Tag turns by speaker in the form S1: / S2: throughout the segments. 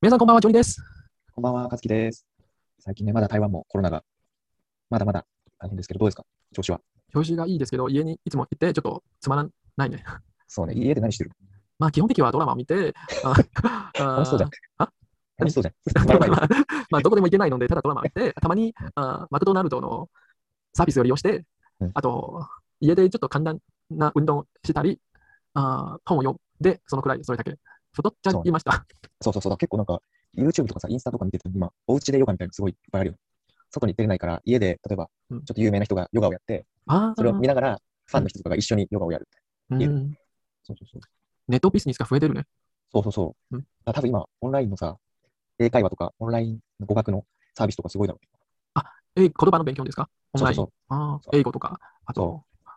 S1: 皆さんこんばんは、ジョニーです。
S2: こんばんは、かつきです。最近ね、まだ台湾もコロナが、まだまだ大変ですけど、どうですか調子は。
S1: 調子がいいですけど、家にいつも行って、ちょっとつまらないね。
S2: そうね、家で何してる
S1: まあ、基本的にはドラマを見て、ああ
S2: 楽しそうじ ゃん。
S1: あ
S2: 楽しそうじゃん。つま
S1: まあ
S2: らないよ
S1: まあ まあ、どこでも行けないので、ただドラマを見て、 たまにあマクドナルドのサービスを利用して
S2: うん、
S1: あと、家でちょっと簡単な運動をしたり、あ本を読んで、そのくらい、それだけ。太っちゃいました。
S2: そうそうそう、結構なんか、YouTube とかさ、インスタとか見てると、今、お家でヨガみたいなのすごいいっぱいあるよ。外に出れないから、家で、例えば、ち
S1: う
S2: ょ
S1: ん
S2: っと有名な人がヨガをやって、
S1: あ
S2: それを見
S1: ー
S2: ながら、ファンの人とかが一緒にヨガをやる。
S1: うん
S2: そうそうそう。
S1: ネットビジネスが増えてるね。
S2: そうそうそう。
S1: うん
S2: あ多分今、オンラインのさ、英会話とか、オンラインの語学のサービスとかすごいだろうね。
S1: え、言葉の勉強ですかオン
S2: そ
S1: ラ
S2: う
S1: イン
S2: そうそう。
S1: ああ、
S2: そう
S1: 英語とか、あと
S2: そ、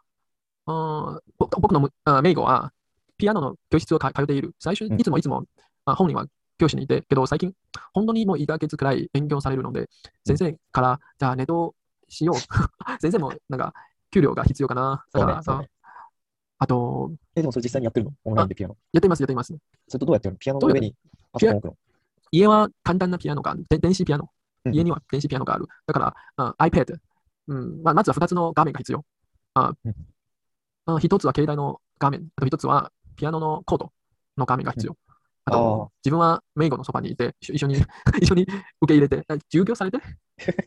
S1: あーぼ僕のむあメイゴはピアノの教室をか通っている。最初、
S2: うん
S1: いつもいつも、あ本人は教師にいて、けど最近、本当にもう1ヶ月くらい勉強されるので、先生から、じゃあ、ネトしよう。 先生も、なんか、給料が必要かな。だ
S2: そう
S1: か
S2: ね
S1: ら、、
S2: そうね。
S1: あと、
S2: え、でもそれ実際にやってるのオンラインでピアノ。
S1: やってます、やってます。
S2: それとどうやってるのピアノの上にパソコン置くの
S1: 家は簡単なピアノがある。で電子ピアノ。
S2: うん
S1: 家には電子ピアノがある。だから、あ iPad、うんまあ。まずは2つの画面が必要。あ
S2: うん
S1: あ1つは携帯の画面、あと1つはピアノのコードの画面が必要。あ
S2: あ
S1: と
S2: あ、
S1: 自分はメイゴのそばにいて、一緒一緒に 一緒に受け入れて、あ従業され て、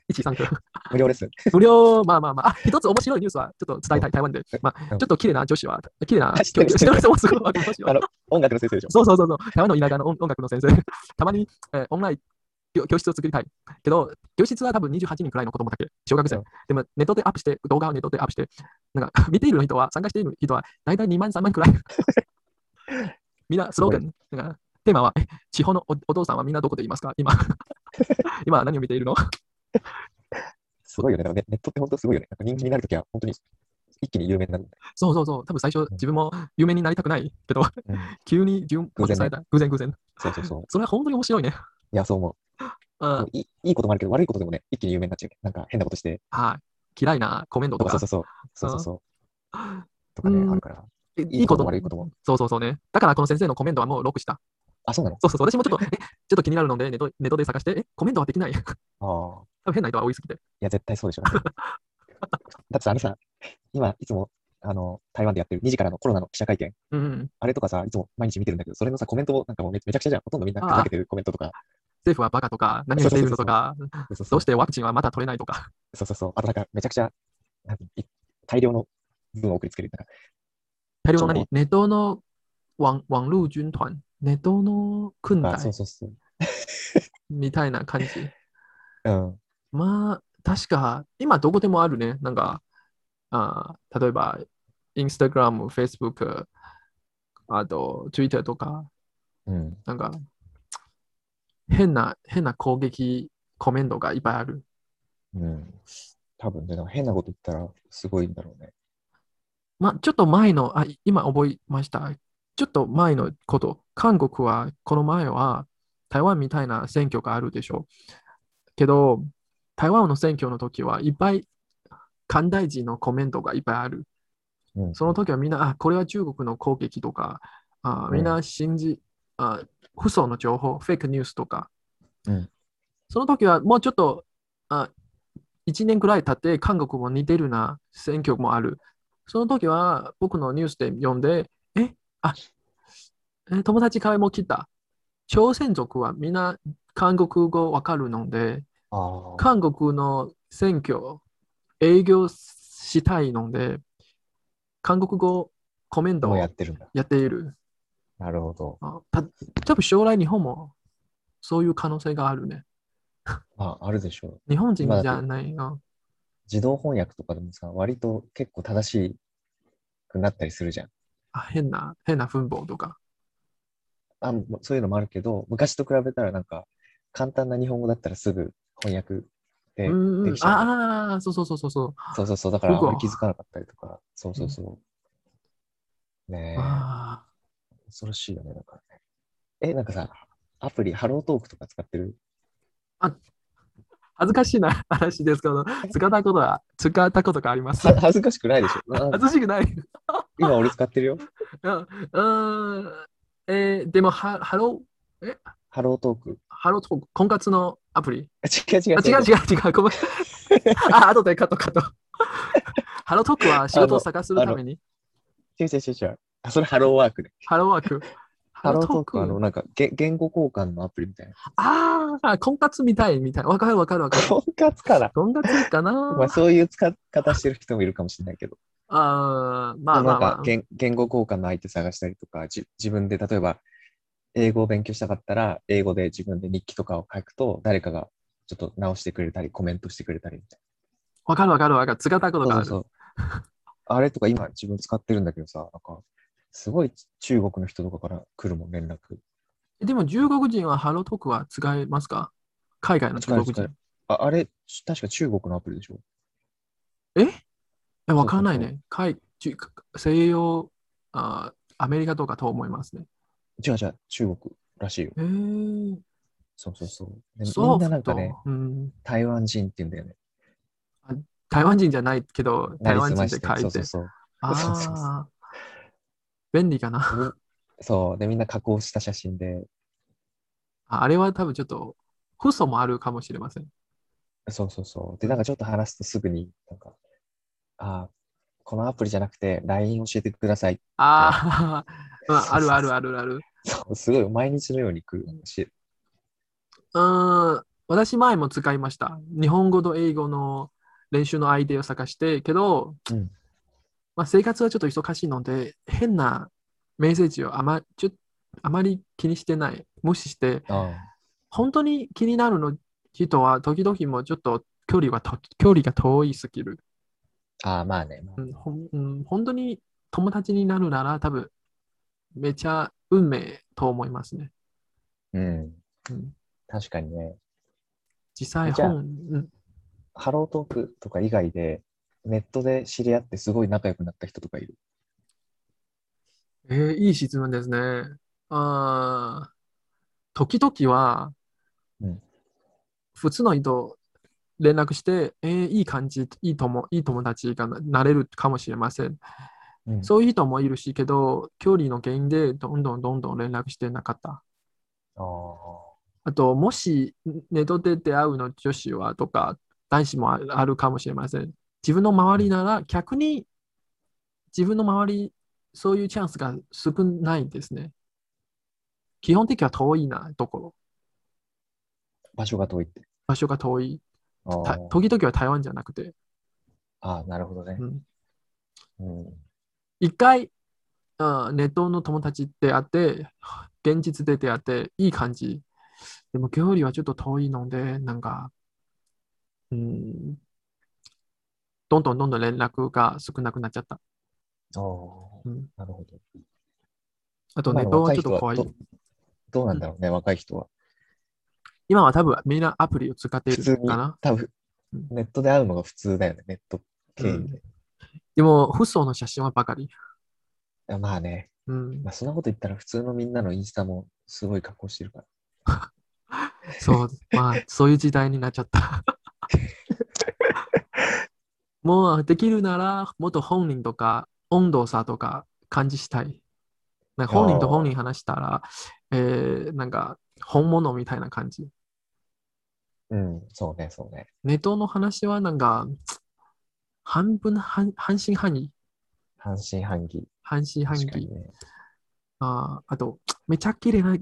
S1: 一三九
S2: 無料です。
S1: 無料、まあまあまあ、あ一つ面白いニュースはちょっと伝えたい、台湾で。まあ、ちょ
S2: う
S1: っ
S2: ん
S1: と綺麗な女子は、綺麗な
S2: 知ってる知ってる
S1: 女子もすごいわかりますよ
S2: あの音楽の先生でしょ。
S1: そうそうそうそう、台湾の田舎の音音楽の先生、 たまに、えーオンライン教教室を作りたい。けど、教室は多分28人くらいの子供だけ、小学生。
S2: うん
S1: でも、ネットでアップして、動画をネットでアップして、なんか 見ている人は、参加している人は、大体2万、3万くらい。 みんな、スローガン、なんかテーマは、え地方のおお父さんはみんなどこでいますか 今、今何を見ているの
S2: すごいよね。だからねネットって本当すごいよね。なんか人気になるときは本当に一気に有名になるんだ
S1: そうそうそう、多分最初、自分も有名になりたくないけど、
S2: よ。
S1: 急に順
S2: 偶然ね
S1: された。偶然、偶然。
S2: そうそうそう。
S1: それは本当に面白いね。
S2: いや、そう思
S1: う
S2: う。
S1: ん
S2: いいいいこともあるけど、悪いことでもね、一気に有名になっちゃうよね。なんか変なことして、
S1: はい。嫌いなコメント
S2: と
S1: と
S2: か、
S1: か
S2: そう。そうそう。そうそうそう。とか
S1: う
S2: ね、
S1: ん
S2: あるから。
S1: え
S2: いいことも悪いことも。
S1: そうそうそうね。だからこの先生のコメントはもうロックした。
S2: あ、そうなの
S1: そうそうそう、私もち ょっと、えちょっと気になるのでネット、ネットで探して、えコメントはできない。多
S2: ああ。
S1: 分変な人は多いすぎて。
S2: いや、絶対そうで しょ。だってさ、あのさ、今、いつも、あの、台湾でやってる2時からのコロナの記者会見、
S1: うんうん。
S2: あれとかさ、いつも毎日見てるんだけど、それのさ、コメントも、なんかもうめめちゃくちゃじゃん。ほとんどみんなふざけてるコメントとか、
S1: 政府はバカとか、何をしているのとか、
S2: そうそうそ
S1: ど
S2: う
S1: うしてワクチンはまだ取れないとか。
S2: そうそうそう。あとなんか、めちゃくちゃ、なんかい大量の文を送りつける。なんか
S1: 大量の
S2: そう
S1: 何ネットの網網路軍団、ネットの訓
S2: あ、そ
S1: 隊
S2: うそうそう。
S1: みたいな感じ。
S2: うん。
S1: まあ、確か、今どこでもあるね。なんか、あー例えば、Instagram、Facebook、あと Twitter とか、
S2: うん。
S1: なんか、変な、変な攻撃コメントがいっぱいある。
S2: うん。多分ね、なんか変なこと言ったら、すごいんだろうね。
S1: まあ、ちょっと前の、あ、今覚えました。ちょっと前のこと、韓国は、この前は、台湾みたいな選挙があるでしょ。けど、台湾の選挙の時はいっぱい、関大臣のコメントがいっぱいある。
S2: うん。
S1: その時はみんな、あ、これは中国の攻撃とか、あ、みんな信じ、あ、嘘の情報、フェイクニュースとか
S2: うん。
S1: その時はもうちょっと、あ、1年くらい経って韓国も似てるな選挙もある。その時は僕のニュースで読んで、え、あ、え友達会も来た。朝鮮族はみんな韓国語わかるので、
S2: ああ。
S1: 韓国の選挙、営業したいので、韓国語コメント
S2: も
S1: を
S2: う
S1: や
S2: やってるんだ。
S1: っている。
S2: なるほど。
S1: あた多分将来日本もそういう可能性があるね。
S2: まあ、あるでしょう。
S1: 日本人じゃないな。
S2: 自動翻訳とかでもさ、割と結構正しくなったりするじゃん。
S1: あ変な、変な文法とか。
S2: あもうそういうのもあるけど、昔と比べたらなんか、簡単な日本語だったらすぐ翻訳で
S1: うんう
S2: で
S1: ん
S2: き。ちゃう。
S1: ああ、そうそうそうそうそう。
S2: そうそうそう。だから、あん
S1: 僕は
S2: まり気づかなかったりとか。そうそうそう。ねえ。
S1: あ
S2: 恐ろしいよね、だからね。え、なんかさ、アプリ、ハロートークとか使ってる
S1: ー恥ずかしいな話ですけど、使ったことは、使ったことがあり ます。
S2: は恥ずかしくない でしょなん
S1: 恥
S2: か
S1: ずかしくない。
S2: 今俺使ってるよ。
S1: うん。うんえーでもは、ハロー、え、
S2: ハロートーク。
S1: ハロートーク、婚活のアプリ。
S2: あ違う違う
S1: あ違う違う違う、 ごめん。あ、後でカットカット。ハロートークは仕事を探すために。
S2: 違う違う違う違う。あ、それハローワークね。
S1: ハローワーク。
S2: ハロートークはあの、なんか、げ言語交換のアプリみたいな。
S1: ああ、婚活みたいみたい。わかるわかるわかる。
S2: 婚活かな
S1: 婚活かな、
S2: まあ、そういう使い方してる人もいるかもしれないけど。
S1: あーまあま
S2: な
S1: あ
S2: ん
S1: ま
S2: か言、言語交換の相手探したりとか、じ自分で例えば、英語を勉強したかったら、英語で自分で日記とかを書くと、誰かがちょっと直してくれたり、コメントしてくれたりみたい
S1: あ。わかるわかるわかる。使ったことがあ
S2: な。
S1: る。
S2: そうそうそう。あれとか今自分使ってるんだけどさ、なんか、すごい中国の人とかから来るもん、連絡。
S1: でも中国人はハロートークは使えますか海外の中国
S2: 使え
S1: 人
S2: る。ああれ、確か中国のアプリでしょ
S1: ええわからない
S2: そう
S1: ね。海中西洋あー、アメリカとかと思いますね。
S2: じゃあじゃあ中国らしいよ。
S1: えー、
S2: そうそうそう。でみ
S1: ソ
S2: ん
S1: フ
S2: ななんか
S1: ト、
S2: ね、
S1: うん。
S2: 台湾人って言うんだよね。
S1: 台湾人じゃないけど、台
S2: なり
S1: 湾
S2: す
S1: 人
S2: ま
S1: って
S2: し
S1: 書い
S2: て。
S1: て。
S2: そうそうそう。そうそうそう
S1: ああ。便利かな。
S2: そう。で、みんな加工した写真で、
S1: ああれは多分ちょっと、嘘もあるかもしれません。
S2: そうそうそう。で、なんかちょっと話すとすぐに、なんか、ああ、このアプリじゃなくて LINE 教えてください。
S1: ああ、 まあ、
S2: そ
S1: あ
S2: う
S1: る
S2: そうそう
S1: あるあるある。
S2: そう、すごい毎日のように来るし、
S1: うーん、私前も使いました。日本語と英語の練習の相手を探して、けど、
S2: うん
S1: まあ、生活はちょっと忙しいので、変なメッセージをあまちょあまり気にしてない、無視して、
S2: あ
S1: 本当に気になるの人は時々もうちょっと距離はと距離が遠いすぎる。
S2: あああ、まあね、まあ
S1: うんほんうん、本当に友達になるなら多分めちゃ運命と思いますね。
S2: うん、
S1: うん、
S2: 確かにね。
S1: 実際
S2: じゃあ
S1: 本、うん、
S2: ハロートークとか以外で、ネットで知り合ってすごい仲良くなった人とかいる。
S1: えーいい質問ですね。あー時々は
S2: うん
S1: 普通の人連絡して、えーいい感じ、いい友いい友達がななれるかもしれません。
S2: うん、
S1: そういう人もいるし、けど、距離の原因でどんどんどんどん連絡してなかった。
S2: ああ
S1: あと、もしネットで出会うの女子はとか、男子もああるかもしれません。自分の周りなら逆に自分の周り、そういうチャンスが少ないんですね。基本的には遠いなところ、
S2: 場所が遠いって。
S1: 場所が遠い。
S2: あ
S1: た
S2: ー
S1: 時々は台湾じゃなくて。
S2: あー、なるほどね
S1: う。ん
S2: うん、
S1: 一回、あネットの友達で会って、現実で出会って、いい感じ。でも、距離はちょっと遠いので、なんか、うん、どんどんどんどん連絡が少なくなっちゃった。
S2: ああ、
S1: うん、
S2: なるほど。
S1: あと、
S2: ま
S1: ネ
S2: あ
S1: ットは
S2: 若い
S1: ちょっと
S2: 人は
S1: 怖い。
S2: どどうなんだろうね、若い人は。
S1: 今は多分みんなアプリを使ってい
S2: 普通
S1: る
S2: に
S1: かな。、
S2: 多分
S1: うん
S2: ネットで会うのが普通だよね、ネット経由で。
S1: でも、フッ素の写真はばかり。
S2: あまあね、
S1: うん、
S2: まあ、そんなこと言ったら普通のみんなのインスタもすごい加工してるから。
S1: そう、まあ、そういう時代になっちゃった。 もうできるなら、もっと本人とか、温度差とか感じしたい。なんか本人と本人話したら、えー、なんか本物みたいな感じ。
S2: うん、そうね、そうね。
S1: ネットの話はなんか、半分半、半信半疑。
S2: 半信半疑。
S1: 半信半
S2: 確かに
S1: 疑。
S2: ね。
S1: あーあと、めちゃ綺麗な、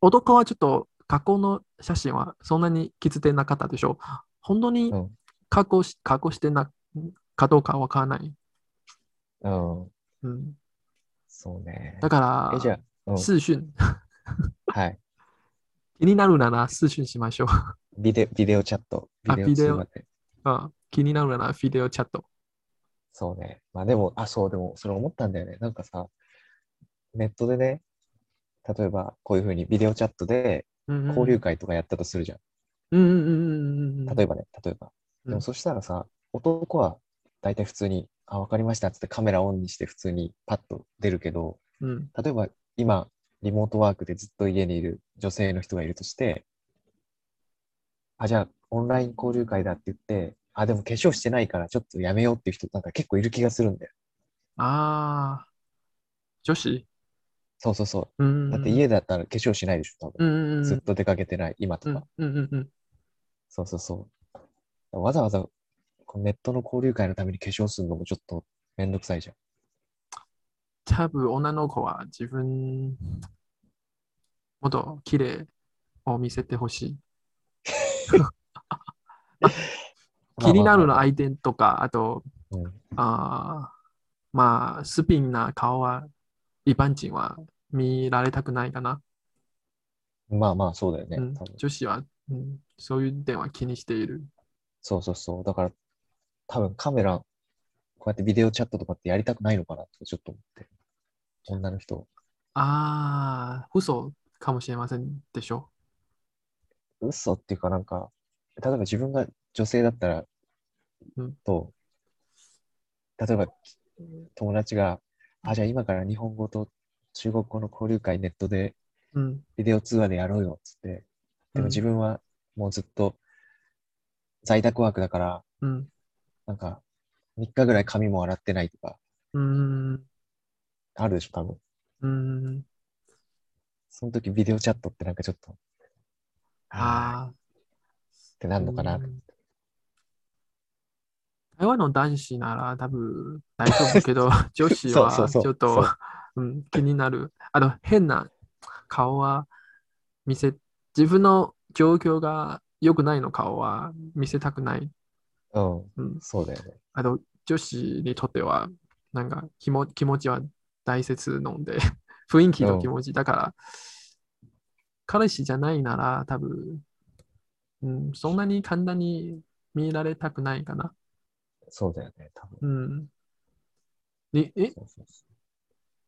S1: 男はちょっと加工の写真はそんなに気づいてなかったでしょ。本当に
S2: うん
S1: 加工し、加工してなかどうかわからない。
S2: うん、
S1: うん、
S2: そうね。
S1: だ
S2: え、じ
S1: か
S2: ゃあ、うん
S1: ら、、視訊、
S2: はい。
S1: 気になるなら視訊しましょう。
S2: ビデビデオチャット。
S1: あ
S2: ビデオ
S1: ビ
S2: 通
S1: デオ
S2: 話で。
S1: うん気になるならビデオチャット。
S2: そうね。まあでも、あ、そう、でも、それ思ったんだよね。なんかさ、ネットでね、例えばこういうふうにビデオチャットで
S1: うんうん
S2: 交流会とかやったとするじゃん。
S1: うんうんうんうんうんうん
S2: 例えばね、例えば。で
S1: うん
S2: もそしたらさ、男は大体普通に、あ、わかりましたっつってカメラオンにして普通にパッと出るけど、
S1: うん
S2: 例えば今、リモートワークでずっと家にいる女性の人がいるとして、あ、じゃあオンライン交流会だって言って、あ、でも化粧してないからちょっとやめようっていう人なんか結構いる気がするんだよ。
S1: ああ、女子
S2: そうそうそ
S1: うん
S2: う。だって家だったら化粧しないでしょ、多
S1: う
S2: 分。
S1: んうんうん
S2: ずっと出かけてない、今と
S1: う
S2: か。
S1: んうんうんうん
S2: そうそうそう。わざわざこのネットの交流会のために化粧するのもちょっとめんどくさいじゃん。
S1: 多分女の子は自分もっと綺麗を見せてほしい。気になるの
S2: まあまあまあ
S1: アイデンとか、あと、
S2: うん
S1: あーまあ、スピンな顔は一般人は見られたくないかな。
S2: まあまあ、そうだよね。
S1: うん
S2: 多分
S1: 女子は、うんそういう点は気にしている。
S2: そうそうそう。だから、多分カメラ、こうやってビデオチャットとかってやりたくないのかなってちょっと思って。女の人。
S1: ああ、嘘かもしれませんでしょ。
S2: 嘘っていうかなんか、例えば自分が女性だったら
S1: うん、
S2: と、例えば友達が、あ、じゃあ今から日本語と中国語の交流会ネットで
S1: うん。
S2: ビデオ通話でやろうよっつって、でも自分はもうずっと在宅ワークだから、
S1: うん。
S2: なんか3日ぐらい髪も洗ってないとか、
S1: うん。うん
S2: あるでしょ、多分。
S1: うん。
S2: その時ビデオチャットってなんかちょっと、あーっ
S1: ああ。
S2: てなるのかな。
S1: うん台湾の男子なら多分大丈夫け ど、女子
S2: そう
S1: はち
S2: そうそう
S1: ょっ
S2: そ
S1: とう
S2: う
S1: ん気になる。あの、変な顔は見せ、自分の状況が良くないの顔は見せたくない。
S2: うん、
S1: うん、
S2: そうだよね。
S1: あの、女子にとっては、なんか気も気持ちは大切なので、 雰囲気の気持ちだから、彼氏じゃないなら多分、うん、そんなに簡単に見られたくないかな。
S2: そうだよね、多分。
S1: うん。でえ、
S2: そうそうそ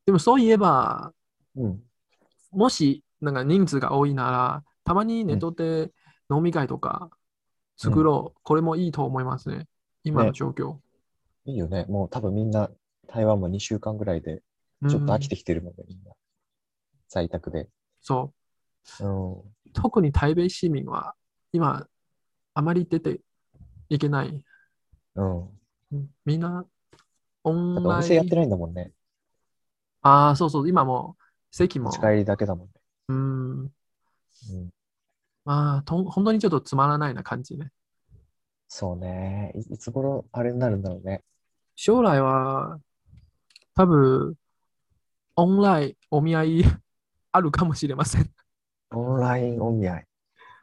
S1: でもそういえば、
S2: ううん。
S1: もしなんか人数が多いなら、たまにネットで飲み会とか作ろう。これもいいと思いますね。今の状況。
S2: いいよね。もう多分みんな、台湾も2週間ぐらいで、ちょっと飽き
S1: て、
S2: てきてるもんね、みんな。在宅で。
S1: そう。
S2: うん。
S1: 特に台北市民は今、あまり出ていけない。
S2: うん。
S1: うんみんな、オン
S2: だってお
S1: ラ
S2: 店やって
S1: イン。
S2: ないんだもんね。
S1: ああ、そうそう、今もう席
S2: 持
S1: も
S2: ち。帰りだけだもんね。
S1: うん。
S2: うん。
S1: まあ、と本当にちょっとつまらないな感じね。
S2: そうね。いいつ頃あれになるんだろうね。
S1: 将来は、多分、オンラインお見合い あるかもしれません。
S2: オンラインお見合い。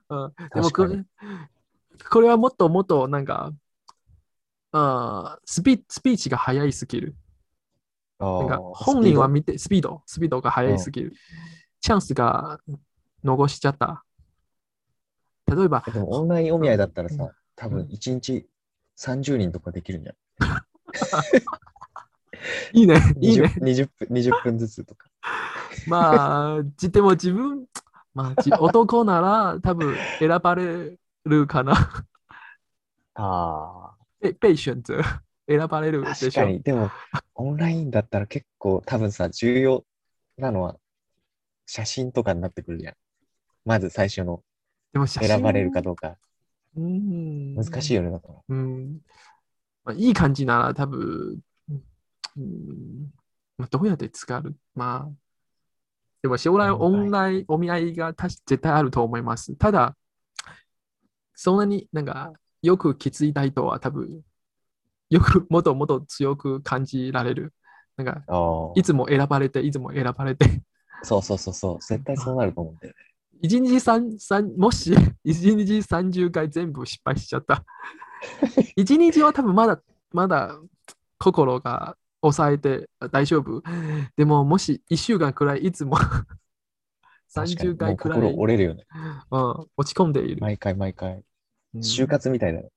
S1: うん、でも
S2: 確か
S1: こ
S2: に
S1: れ、これはもっともっと、なんか、あースピスピーチが速いスキル。
S2: あ
S1: なんか
S2: ー
S1: 本人は
S2: スピー
S1: 見て、スピード、スピードが速いすぎる。チャンスが逃しちゃった。例えば、
S2: ドえでもオンラインお見合いだったら
S1: うん
S2: さ、多分1日30人とかできるんじゃん。
S1: いいね、いいね。
S2: 20, 20分20分ずつとか。
S1: まあ、じでも自分、 まあ、じ男なら多分選ばれるかな。
S2: ああ。
S1: え、被選择。選ばれるで
S2: 確
S1: し
S2: か
S1: ょ。
S2: に。でも、オンラインだったら結構多分さ、重要なのは写真とかになってくるじゃん。まず最初の
S1: でも写真
S2: 選ばれるかどうか。
S1: うん。
S2: 難しいよね、だから。
S1: うん。まあ、いい感じなら多分、うんまあ、どうやって使うまあ、でも将来オ
S2: オ
S1: ン
S2: ン
S1: ラインお見合いがたし絶対あると思います。ただ、そんなになんかよくきついたいとは多分、よくもっともっと強く感じられる。なんか、
S2: ああ。
S1: いつも選ばれて、いつも選ばれて。
S2: そうそうそうそう。絶対そうなると思うんだよね。
S1: 一日三三もし 一日30回全部失敗しちゃ った。一日は多分まだまだ心が抑えてあ大丈夫。でももし1週間くらいいつも30回く
S2: 確
S1: ら
S2: かに
S1: い、
S2: もう心折れるよね。
S1: うん落ち込んでいる。
S2: 毎回毎回。
S1: うん
S2: 就活みたいだよ。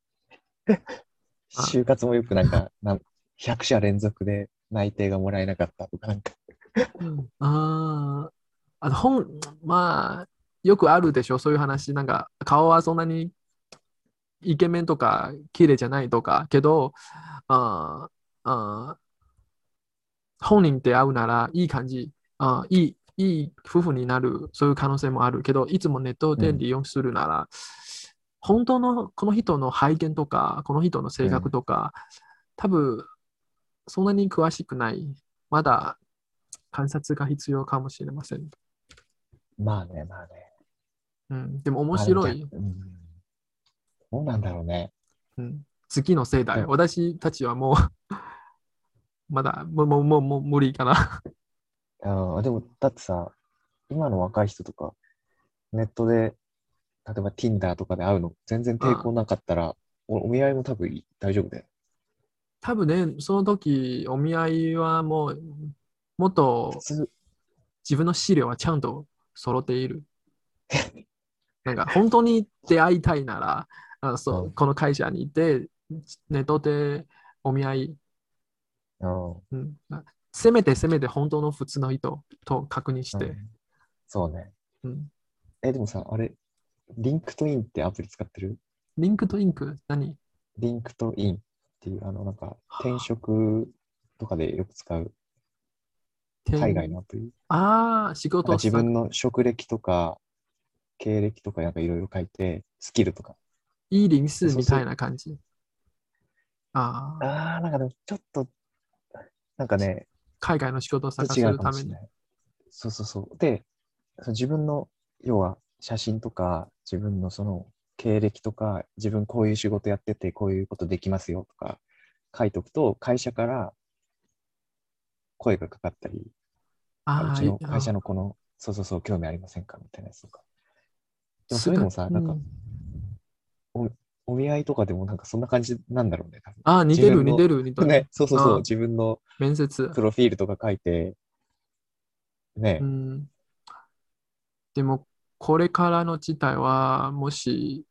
S1: あ
S2: 就活もよくなんか、なん100社連続で内定がもらえなかったとか、なんか、
S1: うんあーあの本、まあ、よくあるでしょ、そういう話。なんか、顔はそんなにイケメンとか、綺麗じゃないとか、けど、あーあー本人で会うならいい感じ、あーいい、いい夫婦になる、そういう可能性もあるけど、いつもネットで利用するなら、本当のこの人の背景とか、この人の性格とか、多分、そんなに詳しくない。まだ観察が必要かもしれません。
S2: まあね、まあね。
S1: うん、でも面白
S2: あで
S1: い
S2: も。逆うん。どうなんだろうね。
S1: うん、次の世代、
S2: うん
S1: 私たちはもう、 まだ、もう、もう、もう、もう無理かな。
S2: あでも、だってさ、今の若い人とか、ネットで、例えば Tinder とかで会うの、全然抵抗なかったら、おお見合いも多分い大丈夫だよ。
S1: 多分ね、その時、お見合いはもう、もっ
S2: 普
S1: と
S2: 通、
S1: 自分の資料はちゃんと揃ってい る。なんか、本当に出会いたいなら、あそう
S2: うん
S1: この会社にいて、ネットでお見合い、
S2: うん。
S1: うん、せめてせめて本当の普通の人と確認して。
S2: うんそうね。
S1: うん、
S2: え、でもさ、あれ、リンクトインってアプリ使ってる
S1: リンクとインク、何
S2: リンクトインっていう、あの、なんか、転職とかでよく使う海外のアプリ。
S1: ああ、仕
S2: なんか
S1: 事
S2: 自
S1: 探
S2: 分の職歴とか、経歴とか、なんかいろいろ書いて、スキルとか。
S1: 一零四みたいな感じ。ああ、
S2: ああ、なんかでも、ちょっと、なんかね、
S1: 海外の仕事を
S2: ちょっ
S1: 探
S2: と
S1: す
S2: 違うか
S1: た
S2: も
S1: め
S2: しれ
S1: に
S2: な。い。そうそうそう。で、その自分の、要は、写真とか、自分のその、経歴とか、自分こういう仕事やってて、こういうことできますよとか、書いとくと、会社から声がかかったり、あ
S1: あ
S2: う
S1: あ、
S2: ちの会社
S1: の
S2: のこの、そうそうそう、興味ありませんかみたいなやつとか。でもそれもさ、なんか、お見合いとかでもなんかそんな感じなんだろうね、多分
S1: ああ、似てる
S2: 自分の
S1: 似てる似てる。
S2: ね、そうそうそう
S1: う、ん
S2: 自分の
S1: 面接
S2: プ。ロフィールとか書いて、ね
S1: う、ん、でも、これからの事態は、もし、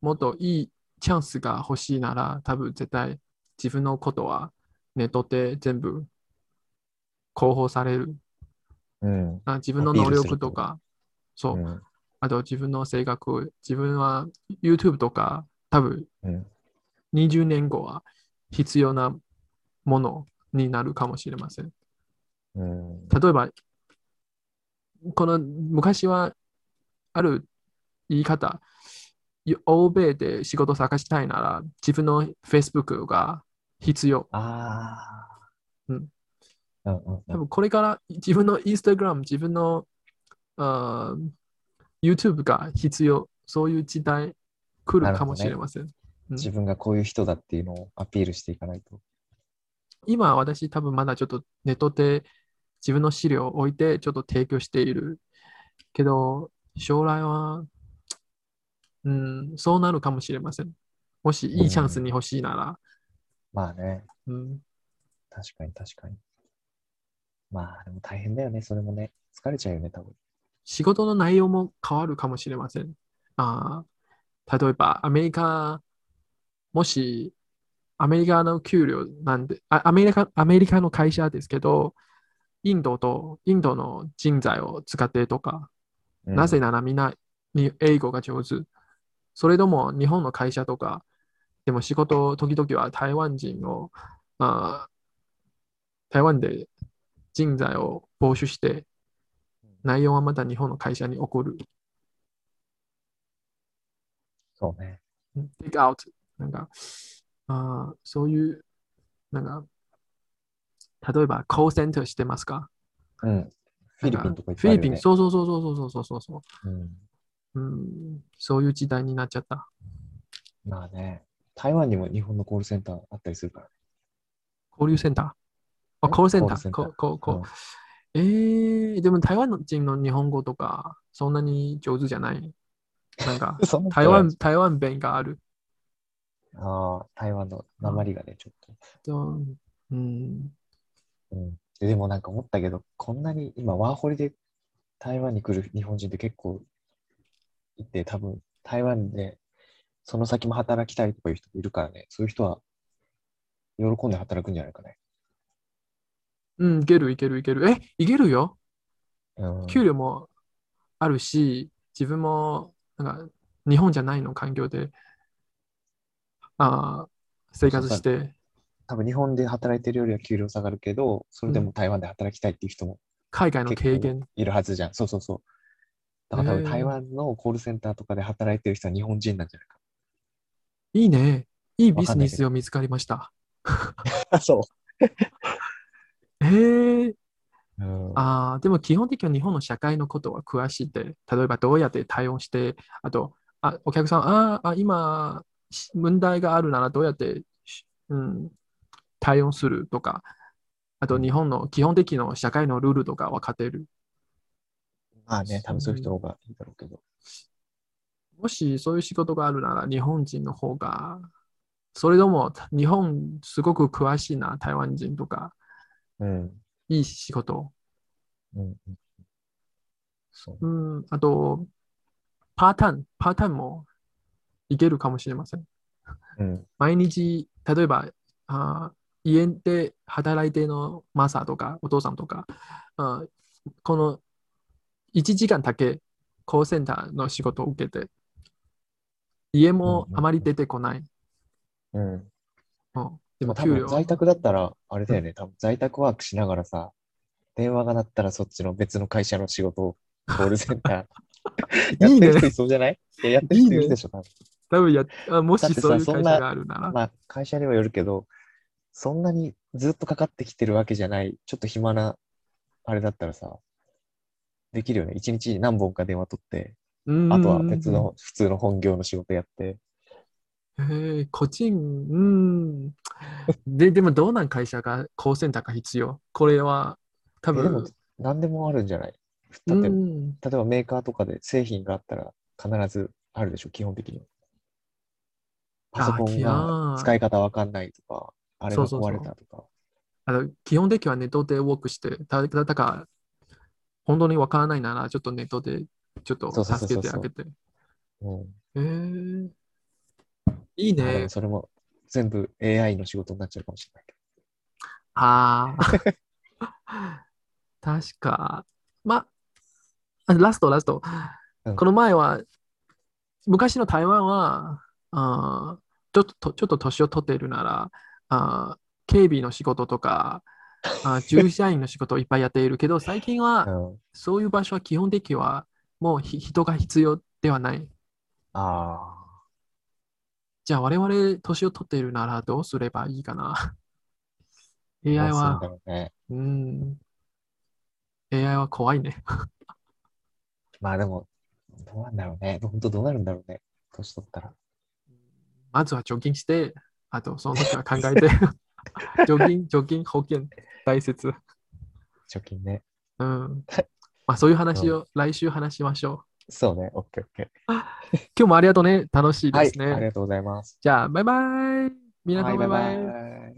S1: もっといいチャンスが欲しいなら、多分絶対自分のことはネットで全部広報される。
S2: うん。
S1: あ自分の
S2: アピー
S1: 能
S2: ルする
S1: 力とか、そうう、
S2: ん
S1: あと自分の性格、自分は YouTube とか、多分
S2: うん
S1: 20年後は必要なものになるかもしれません。
S2: うん
S1: 例えば、この昔はある言い方、よ欧米で仕事探したいなら自分の Facebook が必要。
S2: ああ。
S1: うん。
S2: うんうんう
S1: 多
S2: ん。
S1: 分これから自分の Instagram、自分のあー YouTube が必要。そういう時代来るかもしれません。うん
S2: 自分がこういう人だっていうのをアピールしていかないと。
S1: 今私多分まだちょっとネットで自分の資料を置いてちょっと提供しているけど将来はうんそうなるかもしれませんもしいいチャンスに欲しいなら、
S2: まあね、
S1: うん、
S2: 確かに確かに。まあでも大変だよね、それもね。疲れちゃうよね、多分。
S1: 仕事の内容も変わるかもしれませんあー例えばアメリカもしアメリカの給料なんであアメリカアメリカの会社ですけどインドとインドの人材を使ってとか
S2: うん
S1: なぜならみんなに英語が上手。それとも日本の会社とか、でも仕事、時々は台湾人を、あー台湾で人材を募集して、内容はまた日本の会社に送る。
S2: そうね。
S1: take out。なんか、あーそういう、なんか、例えば、コーセンターしてますか
S2: うん。フィリピンとか
S1: なん
S2: いっぱいあ
S1: フィリ
S2: るよ
S1: ピン、
S2: ね。
S1: そうそうそうそうそうそうそうそう。
S2: うん。
S1: うん、そういう時代になっちゃった。
S2: まあね。台湾にも日本のコールセンターあったりするから。
S1: 交流センター。あ、
S2: ん
S1: コールセンタ
S2: コールセ
S1: ー。
S2: ンタ
S1: こ
S2: ー
S1: う、こう、
S2: うん、
S1: こう。えー、でも台湾人の日本語とか、そんなに上手じゃない。なんか
S2: そんなことな
S1: 台
S2: い
S1: 湾、台湾弁がある。
S2: ああ、台湾の鉛がね、ちょっと。
S1: とうん、
S2: うん、ででもなんか思ったけど、こんなに今ワーホリで台湾に来る日本人って結構いて、多分台湾でその先も働きたいとかいう人もいるからね、そういう人は喜んで働くんじゃないかね。
S1: うん、いける、いける、いける。え、いけるよ。
S2: うん、
S1: 給料もあるし、自分も、なんか、日本じゃないの環境で、あー生活して、
S2: 多分日本で働いてるよりは給料下がるけど、それでも台湾で働きたいっていう人も
S1: 海外の経験。
S2: いるはずじゃん。そうそうそう。だから多分
S1: へー
S2: 台湾のコールセンターとかで働いてる人は日本人なんじゃない
S1: いいね。いいビ
S2: わか
S1: ジ
S2: んな
S1: ネ
S2: いけど
S1: スを 見つかりました。
S2: か。そう。
S1: えー、
S2: うん
S1: ああ、でも基本的には日本の社会のことは詳しいって、例えばどうやって対応して、あと、あ、お客さん、あーあ、今、し問題があるならどうやってし、うん、対応するとか、あと日本の基本的な社会のルールとか分かってる。
S2: まあね、多分そういう人の方がいいだろうけど。
S1: もしそういう仕事があるなら日本人の方が、それとも日本すごく詳しいな、台湾人とか、
S2: うん。
S1: いい仕事。
S2: うん。そう。
S1: うん、あと、パーターン、パーターンもいけるかもしれません。
S2: うん。
S1: 毎日、例えば、あー家で働いてのマサとかお父さんとか、あーこの1時間だけコールセンターの仕事を受けて、家もあまり出てこない。
S2: うん。
S1: うん
S2: で
S1: で
S2: も
S1: も
S2: 多
S1: 給
S2: 分
S1: 料。
S2: 在宅だったら、あれだよね、多分在宅ワークしながらさ、電話が鳴ったらそっちの別の会社の仕事を、コールセンター。や
S1: い
S2: っ
S1: い
S2: て
S1: ね
S2: る人いそうじゃないいややってる人い
S1: いいね
S2: るでしょ、多分。
S1: 多分やあも
S2: だっ
S1: して
S2: さ
S1: そういう
S2: そん
S1: 会
S2: な
S1: 社があるなら、
S2: まあ、会社にもよるけど、そんなにずっとかかってきてるわけじゃない、ちょっと暇な、あれだったらさ、できるよね。一日に何本か電話取って、
S1: うん
S2: あとは別の普通の本業の仕事やって。
S1: えー、個人、うん。で、でもどうなん会社が、コールセンターが必要これは、多
S2: えでも
S1: 分、
S2: 何でもあるんじゃないだ
S1: う
S2: って、例
S1: ん、
S2: えばメーカーとかで製品があったら必ずあるでしょ、基本的に。パソコン
S1: あ
S2: が使い方わかんないとか、あれが壊れたとか。
S1: あの基本的にはネットでウォークして、だだだから、本当にわからないなら、ちょっとネットで、ちょっと
S2: そうそうそうそう
S1: 助けてあげて。
S2: うん
S1: えー、いい
S2: あで
S1: ね
S2: も。それも全部 AI の仕事になっちゃうかもしれないけど。
S1: ああ。確か。ま、あラスト、ラスト
S2: うん。
S1: この前は、昔の台湾は、あーちょっと、ちょっと年を取っているなら、あー警備の仕事とか、 あー従社員の仕事をいっぱいやっているけど、最近は
S2: うん
S1: そういう場所は基本的にはもうひ人が必要ではない。
S2: ああ。
S1: じゃあ我々年を取っているならどうすればいいか な
S2: い
S1: ?AI
S2: そう
S1: は
S2: だろうね。
S1: うん。AI は怖いね。
S2: まあでも、どうなんだろうね。本当どうなるんだろうね。年取ったら。
S1: まずは貯金して、あとその時は考え て。貯金、貯金、保険、大切。
S2: 貯金ね。
S1: うん。まあそういう話を来週話しましょ
S2: そうね。オッケーオッケ
S1: う。今日もありがとうね。楽しい
S2: ー。は
S1: で
S2: い
S1: す。ね。
S2: ありがとうございます。
S1: じゃあ、バイバイ。皆さん、バイバイ。
S2: イ。